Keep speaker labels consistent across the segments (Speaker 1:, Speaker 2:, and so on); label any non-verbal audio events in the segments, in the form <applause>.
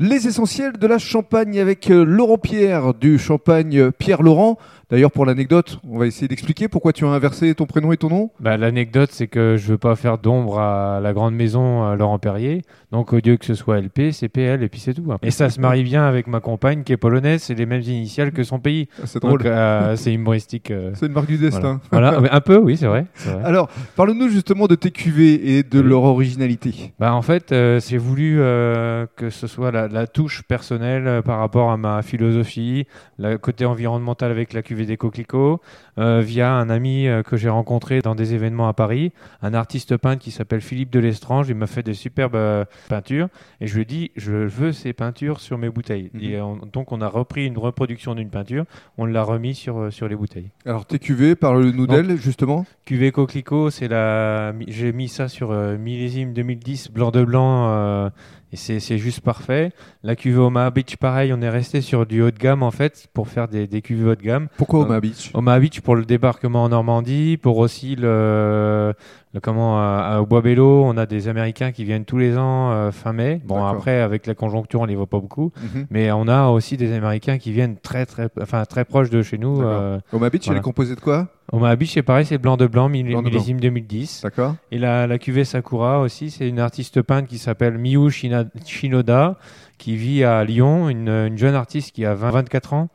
Speaker 1: Les essentiels de la Champagne avec euh, Laurent Pierre du Champagne Pierre Laurent. D'ailleurs, pour l'anecdote, on va essayer d'expliquer pourquoi tu as inversé ton prénom et ton nom.
Speaker 2: Bah, L'anecdote, c'est que je veux pas faire d'ombre à la grande maison à Laurent Perrier. Donc, au lieu que ce soit LP, c'est PL, et puis c'est tout. hein. Et ça se marie bien avec ma compagne qui est polonaise, c'est les mêmes initiales que son pays.
Speaker 1: Ah, C'est drôle.
Speaker 2: Donc, euh, c'est humoristique. euh,
Speaker 1: C'est une marque du destin.
Speaker 2: <laughs> Voilà, Voilà, mais un peu, oui, c'est vrai. c'est vrai.
Speaker 1: Alors, parle-nous justement de tes cuvées et de
Speaker 2: Oui.
Speaker 1: leur originalité.
Speaker 2: Bah, en fait, euh, j'ai voulu euh, que ce soit la, la touche personnelle euh, par rapport à ma philosophie, le côté environnemental avec la cuvée des coquelicots, euh, via un ami euh, que j'ai rencontré dans des événements à Paris, un artiste peintre qui s'appelle Philippe de Lestrange. Il m'a fait des superbes euh, peintures et je lui ai dit Je veux ces peintures sur mes bouteilles.
Speaker 1: Mhm.
Speaker 2: Et on- donc, on a repris une reproduction d'une peinture, on l'a remis sur, euh, sur les bouteilles.
Speaker 1: Alors, tes cuvées, parle-nous
Speaker 2: Donc-
Speaker 1: d'elles justement.
Speaker 2: Cuvée Coquelicot, c'est la. mi- J'ai mis ça sur euh, millésime 2010, blanc de blanc, euh, et c'est c'est juste parfait. La cuvée Omaha Beach, pareil, on est resté sur du haut de gamme en fait pour faire des, des cuvées haut de gamme.
Speaker 1: Pourquoi
Speaker 2: Euh,
Speaker 1: Omaha Beach
Speaker 2: Omaha Beach pour le débarquement en Normandie, pour aussi le, le- comment euh, à- à- au Bois Bello, on a des Américains qui viennent tous les ans euh, fin mai. Bon
Speaker 1: D'accord.
Speaker 2: après avec la conjoncture on les voit pas beaucoup,
Speaker 1: Mhm.
Speaker 2: mais on a aussi des Américains qui viennent très très enfin très proche de chez nous.
Speaker 1: D'accord.
Speaker 2: euh,
Speaker 1: Omaha Beach, elle
Speaker 2: voilà.
Speaker 1: est composée de quoi
Speaker 2: Omaha Beach c'est pareil, c'est blanc de blanc, mille-
Speaker 1: Blanc de blanc.
Speaker 2: millésime 2010.
Speaker 1: D'accord.
Speaker 2: Et la, la cuvée Sakura aussi, c'est une artiste peinte qui s'appelle Miyu Shina- Shinoda, qui vit à Lyon, une, une jeune artiste qui a 20 24 ans.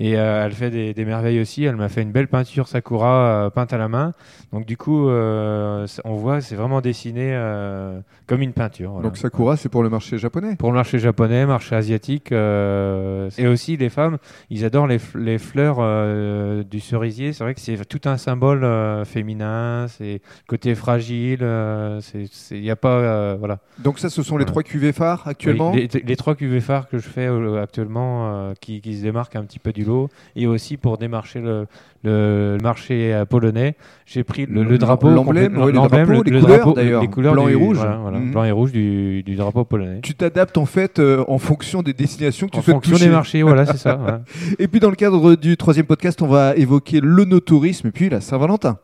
Speaker 2: Et euh, elle fait des, des merveilles aussi. Elle m'a fait une belle peinture Sakura euh, peinte à la main. Donc du coup, euh, ça- on voit, c'est vraiment dessiné euh, comme une peinture. voilà.
Speaker 1: Donc, Sakura, c'est pour le marché japonais.
Speaker 2: Pour le marché japonais, marché asiatique, euh, et aussi les femmes, ils adorent les, f- les fleurs euh, du cerisier. C'est vrai que c'est tout un symbole euh, féminin, c'est le côté fragile, euh, c'est- c'est- il n'y a pas. euh, voilà.
Speaker 1: Donc, ça, ce sont les
Speaker 2: Voilà.
Speaker 1: trois cuvées phares actuellement.
Speaker 2: Oui, les, les trois cuvées phares que je fais euh, actuellement euh, qui, qui se démarquent un petit peu du lot, et aussi pour démarcher le, le marché euh, polonais, j'ai pris le, le
Speaker 1: L'em-
Speaker 2: drapeau.
Speaker 1: l'emblème,
Speaker 2: complèt-
Speaker 1: ouais, le
Speaker 2: l'emblème,
Speaker 1: drapeau, les
Speaker 2: le
Speaker 1: couleurs,
Speaker 2: drapeau, les-
Speaker 1: d'ailleurs,
Speaker 2: les couleurs
Speaker 1: blanc
Speaker 2: du-
Speaker 1: et rouge.
Speaker 2: voilà, voilà,
Speaker 1: Mhm.
Speaker 2: blanc et rouge du, du drapeau polonais.
Speaker 1: Tu t'adaptes en fait euh, en fonction des destinations que tu
Speaker 2: en
Speaker 1: souhaites
Speaker 2: fonction
Speaker 1: toucher.
Speaker 2: des marchés,
Speaker 1: <laughs>
Speaker 2: voilà, c'est ça. ouais.
Speaker 1: Et puis dans le cadre du troisième podcast, on va évoquer le no-tourisme et puis la Saint-Valentin.